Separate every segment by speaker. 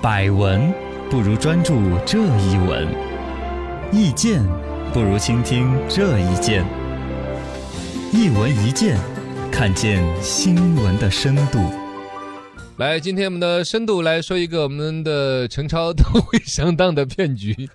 Speaker 1: 百闻不如专注这一闻，意见不如倾听这一见。一闻一见，看见新闻的深度。
Speaker 2: 来，今天我们的深度来说一个我们的陈超都会上当的骗局。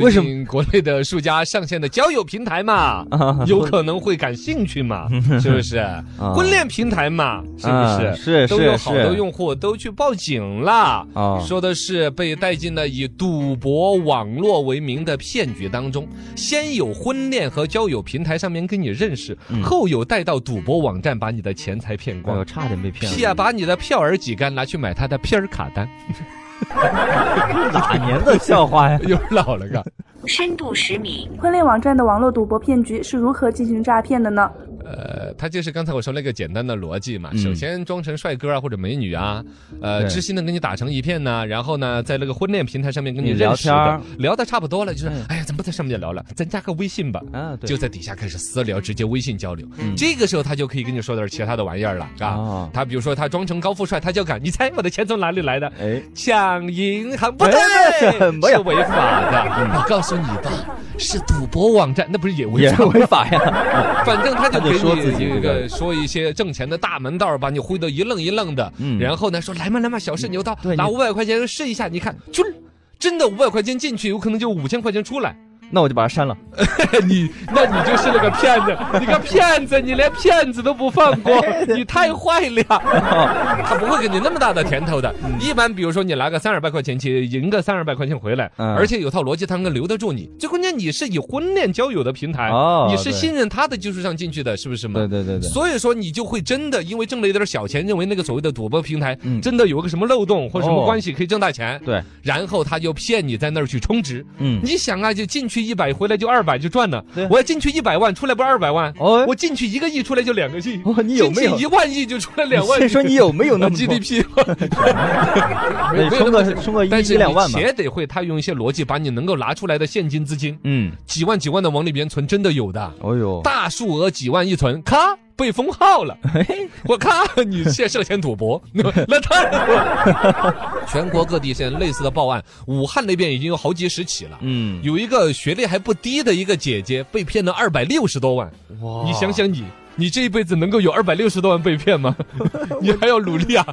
Speaker 3: 为什么
Speaker 2: 么国内的数家上线的交友平台 嘛，
Speaker 3: 啊
Speaker 2: 有可能会感兴趣嘛？是不是？婚恋平台嘛，是不
Speaker 3: 啊
Speaker 2: 是？
Speaker 3: 是
Speaker 2: 都
Speaker 3: 是
Speaker 2: 有好多
Speaker 3: 是
Speaker 2: 用户都去报警啦。
Speaker 3: 哦
Speaker 2: 说的是被带进了以赌博网络为名的骗局当中，先有婚恋和交友平台上面跟你认识，后有带到赌博网站把你的钱财骗
Speaker 3: 嗯哎
Speaker 2: 光
Speaker 3: 呦，。差点被骗了！
Speaker 2: 骗把你的票儿挤干，拿去买他的片儿卡单，
Speaker 3: 哪年的笑话呀？
Speaker 2: 又老了个。
Speaker 4: 深度十米，
Speaker 5: 婚恋网站的网络赌博骗局是如何进行诈骗的呢？
Speaker 2: 呃，他就是刚才我说那个简单的逻辑嘛，
Speaker 3: 嗯
Speaker 2: 首先装成帅哥啊或者美女啊，呃，
Speaker 3: 对
Speaker 2: 知心的跟你打成一片呢，然后呢，在那个婚恋平台上面跟你
Speaker 3: 你聊
Speaker 2: 认识
Speaker 3: 天
Speaker 2: 的
Speaker 3: 儿，
Speaker 2: 聊的差不多了，就是
Speaker 3: 嗯
Speaker 2: 哎呀，咱不在上面聊了，咱加个微信吧。
Speaker 3: 啊，对，
Speaker 2: 就在底下开始私聊，直接微信交流。
Speaker 3: 嗯
Speaker 2: 这个时候他就可以跟你说点其他的玩意儿了，是吧？
Speaker 3: 哦
Speaker 2: 他比如说他装成高富帅，他就敢，你猜我的钱从哪里 来的？
Speaker 3: 哎，
Speaker 2: 抢银行不对
Speaker 3: 哎那，怎么呀
Speaker 2: 是违法的。我告诉你吧，是赌博网站，那不是也违
Speaker 3: 也啊
Speaker 2: 法？
Speaker 3: 违法呀！
Speaker 2: 反正他就给
Speaker 3: 他就说自
Speaker 2: 你
Speaker 3: 己
Speaker 2: 这
Speaker 3: 这
Speaker 2: 个
Speaker 3: 个
Speaker 2: 说一些挣钱的大门道儿，把你忽得一愣一愣的。
Speaker 3: 嗯
Speaker 2: 然后呢，说来嘛来嘛，小试牛刀，
Speaker 3: 对
Speaker 2: 拿
Speaker 3: 你
Speaker 2: 五百块钱试一下，你看，就真的五百块钱进去，有可能就五千块钱 出来。
Speaker 3: 那我就把它删了。
Speaker 2: 你那你就是那个骗子， 你个骗子，你连骗子都不放 过，你太坏了。他不会给你那么大的甜头的。
Speaker 3: 嗯
Speaker 2: 一般比如说你拿个三二百块钱去赢个三二百块钱回来，
Speaker 3: 嗯
Speaker 2: 而且有套逻辑，他能够留得住你。最关键你是以婚恋交友的平台
Speaker 3: 哦，
Speaker 2: 你是
Speaker 3: 对
Speaker 2: 信任他的基础上进去的，是不是嘛
Speaker 3: 对？对对对，
Speaker 2: 所以说，你就会真的因为挣了一点小钱，认为那个所谓的赌博平台
Speaker 3: 嗯
Speaker 2: 真的有个什么漏洞或者什么
Speaker 3: 哦
Speaker 2: 关系可以挣大钱，
Speaker 3: 对，
Speaker 2: 然后他就骗你在那儿去充值，
Speaker 3: 嗯，
Speaker 2: 你想啊，就进去一百，回来就二百，就赚了
Speaker 3: 对。
Speaker 2: 我要进去一百万，出来不二百万？
Speaker 3: 哦
Speaker 2: 我进去一个亿，出来就两个亿。
Speaker 3: 哦你有没有
Speaker 2: 进去一万亿就出来两万亿？
Speaker 3: 先说你有没有 那么多
Speaker 2: GDP？没
Speaker 3: 得
Speaker 2: 有
Speaker 3: 充
Speaker 2: 那么
Speaker 3: 个充个一
Speaker 2: 但是
Speaker 3: 一两万
Speaker 2: 你
Speaker 3: 吧。
Speaker 2: 且得会他用一些逻辑把你能够拿出来的现金资金，
Speaker 3: 嗯，
Speaker 2: 几万几万的往里边存，真的有的。
Speaker 3: 哦呦，
Speaker 2: 大数额几万一存，咔被封号了。我咔，你现涉嫌赌博，那当然了。 全国各地现在类似的报案，武汉那边已经有好几十起了。
Speaker 3: 嗯，
Speaker 2: 有一个学历还不低的一个姐姐被骗了二百六十多万，
Speaker 3: 哇
Speaker 2: 你想，想你。你这一辈子能够有二百六十多万被骗吗？ 你还要努力 啊！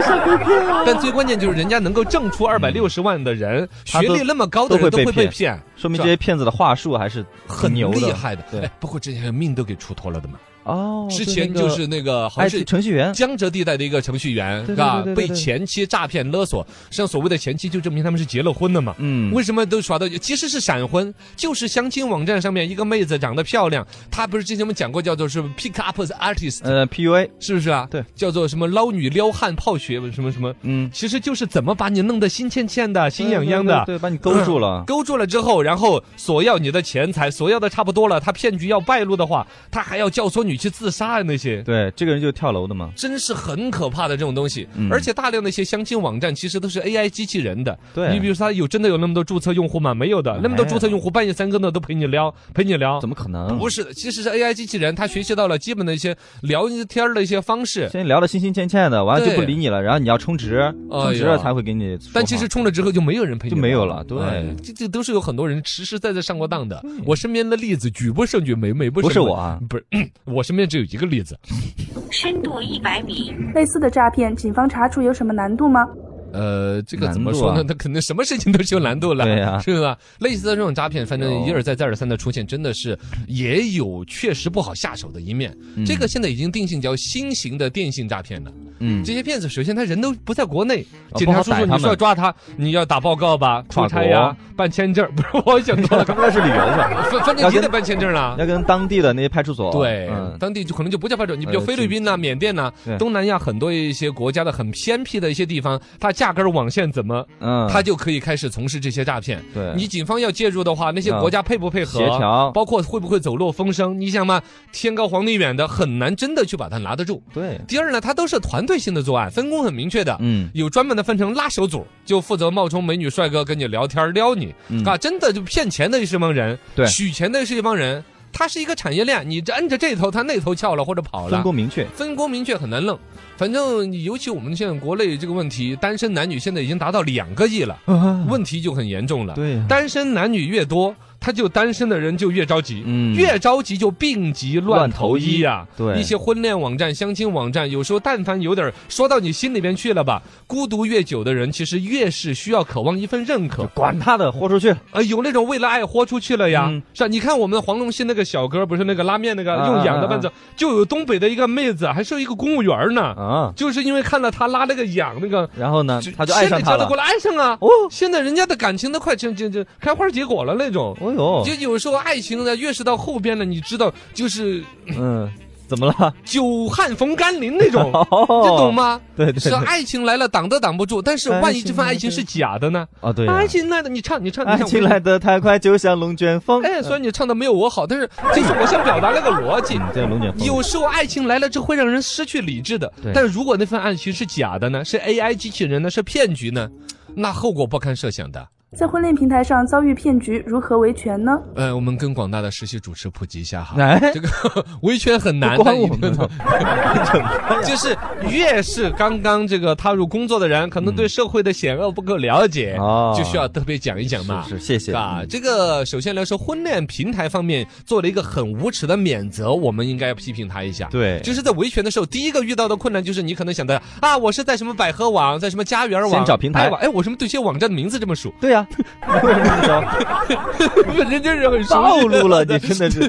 Speaker 3: 啊
Speaker 2: 但最关键就是，人家能够挣出二百六十万的人，学
Speaker 3: 他都
Speaker 2: 历那么高的人
Speaker 3: 都
Speaker 2: 都
Speaker 3: 会被
Speaker 2: 会被
Speaker 3: 骗
Speaker 2: 骗，
Speaker 3: 说明
Speaker 2: 是吧
Speaker 3: 这些骗子的话术还是
Speaker 2: 很
Speaker 3: 牛的
Speaker 2: 厉害的。
Speaker 3: 对
Speaker 2: 哎，包括之前命都给出脱了的嘛。
Speaker 3: 哦。
Speaker 2: 之
Speaker 3: 对
Speaker 2: 前
Speaker 3: 那个
Speaker 2: 就是那个好
Speaker 3: 哎，
Speaker 2: 像是
Speaker 3: 程序员，
Speaker 2: 江浙地带的一个程序员，是
Speaker 3: 对对
Speaker 2: 吧
Speaker 3: 对？对
Speaker 2: 被
Speaker 3: 对对
Speaker 2: 前妻诈骗勒索，实际上所谓的前妻就证明他们是结了婚的嘛。
Speaker 3: 嗯，
Speaker 2: 为什么都耍到？其实是闪婚，就是相亲网站上面一个妹子长得漂亮，她不是之前我们讲过叫做是 pick up artist，、
Speaker 3: 呃 PUA，
Speaker 2: 是不是啊？
Speaker 3: 对，
Speaker 2: 叫做什么捞女撩汉泡学什么什么，
Speaker 3: 嗯，
Speaker 2: 其实就是怎么把你弄得心欠欠的、心痒痒的。嗯
Speaker 3: 对，对对把你勾住了。
Speaker 2: 勾住了之后，然后索要你的钱财，索要的差不多了，他骗局要败露的话，他还要教唆你去自杀啊那些。
Speaker 3: 对，这个人就是跳楼的嘛。
Speaker 2: 真是很可怕的这种东西，
Speaker 3: 嗯
Speaker 2: 而且大量的一些相亲网站其实都是 AI 机器人的。
Speaker 3: 对哎
Speaker 2: 你比如说，它有真的有那么多注册用户吗？没有的，那么多注册用户半夜三更的都陪你聊，陪你聊
Speaker 3: 怎。么可能？
Speaker 2: 不是的，其实是 AI 机器人，它学习到了基本的一些聊天儿的一些方式，
Speaker 3: 先聊的心心欠欠的，完了就
Speaker 2: 对
Speaker 3: 不理你了，然后你要充值，
Speaker 2: 哎
Speaker 3: 充值
Speaker 2: 呀
Speaker 3: 了才会给你说话。
Speaker 2: 但其实充了之后就没有人陪你
Speaker 3: 就没有了对
Speaker 2: 哎这这都是有很多人实实在在上过当的。我身边的例子举不胜举，每每不胜
Speaker 3: 不是
Speaker 2: 枚
Speaker 3: 我啊，
Speaker 2: 不是我身边只有一个例子。
Speaker 4: 深度一百米，
Speaker 5: 类似的诈骗，警方查处有什么难度吗？
Speaker 2: 呃，这个
Speaker 3: 难
Speaker 2: 怎么
Speaker 3: 度
Speaker 2: 说呢
Speaker 3: 啊？
Speaker 2: 他肯定什么事情都是有难度了，
Speaker 3: 对呀
Speaker 2: 是吧？类似的这种诈骗，反正
Speaker 3: 有
Speaker 2: 一而再再而三的出现，真的是也有确实不好下手的一面。这个现在已经定性叫新型的电信诈骗了。
Speaker 3: 嗯，
Speaker 2: 这些骗子首先他人都不在国内，
Speaker 3: 啊
Speaker 2: 警察
Speaker 3: 不
Speaker 2: 叔叔
Speaker 3: 好逮
Speaker 2: 你
Speaker 3: 他
Speaker 2: 说要
Speaker 3: 们
Speaker 2: 抓他，你要打报告吧，出
Speaker 3: 跨
Speaker 2: 差呀
Speaker 3: 国，
Speaker 2: 办签证， 不是我想多 了，
Speaker 3: 刚刚是旅游去，
Speaker 2: 反反正
Speaker 3: 要
Speaker 2: 也
Speaker 3: 跟
Speaker 2: 得办签证啦。
Speaker 3: 要跟当地的那些派出所，
Speaker 2: 对，
Speaker 3: 嗯，
Speaker 2: 当地就可能就不叫派出所，你比如
Speaker 3: 呃嗯
Speaker 2: 菲律宾呐、啊缅甸呐、
Speaker 3: 对
Speaker 2: 东南亚很多一些国家的很偏僻的一些地方，它压根儿网线怎么
Speaker 3: 嗯，
Speaker 2: 他就可以开始从事这些诈骗。
Speaker 3: 对
Speaker 2: 你警方要介入的话，那些国家配不配合？啊
Speaker 3: 协调
Speaker 2: 包括会不会走漏风声？你想嘛，天高皇帝远的，很难真的去把它拿得住。
Speaker 3: 对，
Speaker 2: 第二呢，它都是团队性的作案，分工很明确的。
Speaker 3: 嗯，
Speaker 2: 有专门的分成拉手组，就负责冒充美女帅哥跟你聊天撩你，
Speaker 3: 嗯
Speaker 2: 啊，真的就骗钱的是一帮人，
Speaker 3: 对
Speaker 2: 取钱的是一帮人。它是一个产业链，你这摁着这头，它那头翘了或者跑
Speaker 3: 分
Speaker 2: 了。
Speaker 3: 工明确，
Speaker 2: 分工明确很难弄，反正尤其我们现在国内这个问题，单身男女现在已经达到两个亿了，
Speaker 3: 啊
Speaker 2: 问题就很严重了。
Speaker 3: 对呀
Speaker 2: 单身男女越多，他就单身的人就越着急，
Speaker 3: 嗯
Speaker 2: 越着急就病急乱投医啊。
Speaker 3: 乱投医对
Speaker 2: 一些婚恋网站、相亲网站，有时候但凡有点儿说到你心里边去了吧，孤独越久的人，其实越是需要渴望一份认可。
Speaker 3: 管他的，豁出去，
Speaker 2: 呃，有那种为了爱豁出去了呀，
Speaker 3: 嗯
Speaker 2: 是吧？啊你看我们黄龙戏那个小哥，不是那个拉面那个
Speaker 3: 啊
Speaker 2: 用痒
Speaker 3: 啊
Speaker 2: 的
Speaker 3: 啊
Speaker 2: 办子，就有东北的一个妹子，还是一个公务员呢，
Speaker 3: 啊，
Speaker 2: 就是因为看到他拉那个痒那个。
Speaker 3: 然后呢，他就爱上他
Speaker 2: 现在
Speaker 3: 了
Speaker 2: 过。来爱上啊！
Speaker 3: 哦
Speaker 2: 现在人家的感情都快就就就开花结果了那种。
Speaker 3: 哦哟
Speaker 2: 就，有时候爱情呢，越是到后边呢，你知道，就是
Speaker 3: 嗯，怎么了？
Speaker 2: 久旱逢甘霖那 种，
Speaker 3: 哦
Speaker 2: 你懂？吗？
Speaker 3: 对对
Speaker 2: 是
Speaker 3: 对
Speaker 2: 爱情来了，挡都挡不住。但是万一这份爱情是假的呢？
Speaker 3: 啊，对呀，
Speaker 2: 爱情来的，你唱，你唱，你
Speaker 3: 爱
Speaker 2: 唱，
Speaker 3: 情来得太快，就像龙卷风。
Speaker 2: 哎，虽然你唱的没有我好，但是就是我想表达那个逻辑。
Speaker 3: 嗯这龙卷风，
Speaker 2: 有时候爱情来了，这会让人失去理智的
Speaker 3: 对。
Speaker 2: 但如果那份爱情是假的呢？是 AI 机器人呢？是骗局呢？那后果不堪设想的。
Speaker 5: 在婚恋平台上遭遇骗局，如何维权呢？
Speaker 2: 呃，我们跟广大的实习主持普及一下哈，
Speaker 3: 哎
Speaker 2: 这，个维权很难
Speaker 3: 不
Speaker 2: 的，
Speaker 3: 光
Speaker 2: 一
Speaker 3: 我
Speaker 2: 定
Speaker 3: 们啊
Speaker 2: 的 就是越是刚刚这个踏入工作的人，可能对社会的险恶不够了解，
Speaker 3: 哦
Speaker 2: 就需要特别讲一讲嘛。
Speaker 3: 是是谢谢
Speaker 2: 啊，这个首先来说，婚恋平台方面做了一个很无耻的免责，我们应该要批评他一下。
Speaker 3: 对
Speaker 2: 就是在维权的时候，第一个遇到的困难就是你可能想的啊，我是在什么百合网，在什么家园网，
Speaker 3: 先找平台？
Speaker 2: 哎，我哎，我什么对这些网站的名字这么熟
Speaker 3: 对啊呀，为什么这么着？
Speaker 2: 人家是很熟
Speaker 3: 暴
Speaker 2: 悉的
Speaker 3: 露了，你 真的是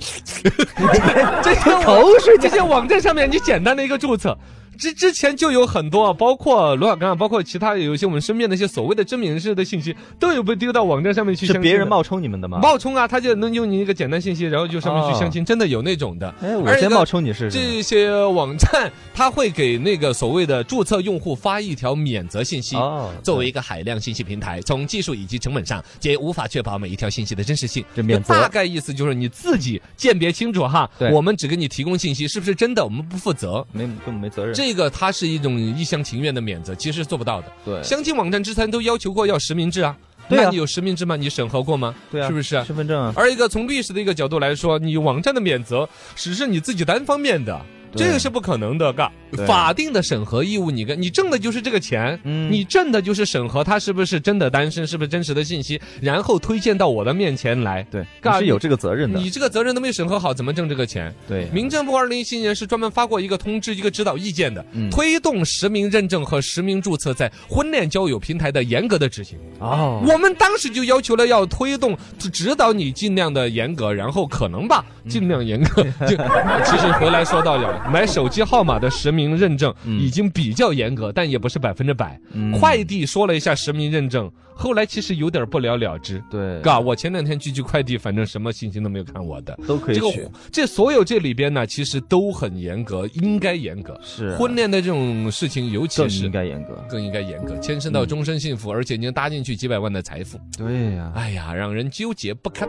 Speaker 2: 这些网
Speaker 3: 口水
Speaker 2: 这些网站上面，你简单的一个注册。之之前就有很多，包括罗小刚，啊包括其他有一些我们身边的一些所谓的知名人士的信息，都有被丢到网站上面去
Speaker 3: 是
Speaker 2: 相亲的。
Speaker 3: 别人冒充你们的吗？
Speaker 2: 冒充啊，他就能用你一个简单信息，然后就上面去相亲，真的有那种的。
Speaker 3: 哦哎，我
Speaker 2: 而且
Speaker 3: 先
Speaker 2: 呢
Speaker 3: 冒充你试试。
Speaker 2: 这些网站，他会给那个所谓的注册用户发一条免责信息。
Speaker 3: 哦
Speaker 2: 作为一个海量信息平台，从技术以及成本上，皆无法确保每一条信息的真实性。
Speaker 3: 这免责
Speaker 2: 大概意思就是你自己鉴别清楚哈。
Speaker 3: 对
Speaker 2: 我们只给你提供信息，是不是真的，我们不负责。
Speaker 3: 没根本没责任。
Speaker 2: 这个它是一种一厢情愿的免责，其实是做不到的。
Speaker 3: 对
Speaker 2: 相亲网站之前都要求过要实名制啊。
Speaker 3: 对啊
Speaker 2: 那你有实名制吗？你审核过吗？
Speaker 3: 对啊，
Speaker 2: 是不是？
Speaker 3: 身份证 啊？
Speaker 2: 而一个从律师的一个角度来说，你网站的免责只是你自己单方面的，
Speaker 3: 对
Speaker 2: 这个是不可能的，嘎
Speaker 3: 对。
Speaker 2: 法定的审核义务，你跟你挣的就是这个钱，
Speaker 3: 嗯
Speaker 2: 你挣的就是审核他是不是真的单身，是不是真实的信息，然后推荐到我的面前来。
Speaker 3: 对，你
Speaker 2: 干
Speaker 3: 是有这个责任的。
Speaker 2: 你这个责任都没审核好，怎么挣这个钱？
Speaker 3: 对，
Speaker 2: 民政部二零一七年是专门发过一个通知、一个指导意见的，
Speaker 3: 嗯
Speaker 2: 推动实名认证和实名注册在婚恋交友平台的严格的执行。
Speaker 3: 哦，
Speaker 2: 我们当时就要求了要推动指导你尽量的严格，然后可能吧，
Speaker 3: 嗯
Speaker 2: 尽量严格。 就其实回来说到了买手机号码的实名认证
Speaker 3: 嗯
Speaker 2: 已经比较严格，但也不是百分之百。
Speaker 3: 嗯
Speaker 2: 快递说了一下实名认证，后来其实有点不了了之。
Speaker 3: 对，
Speaker 2: 嘎，我前两天去寄快递，反正什么信息都没有看我的。
Speaker 3: 都可以
Speaker 2: 这个
Speaker 3: 取，
Speaker 2: 这所有这里边呢，其实都很严格，应该严格。
Speaker 3: 是啊
Speaker 2: 婚恋的这种事情，尤其
Speaker 3: 更
Speaker 2: 是
Speaker 3: 应该严格。
Speaker 2: 更应该严格，牵涉到终身幸福，而且您搭进去几百万的财富，
Speaker 3: 对呀，
Speaker 2: 哎呀，让人纠结不堪。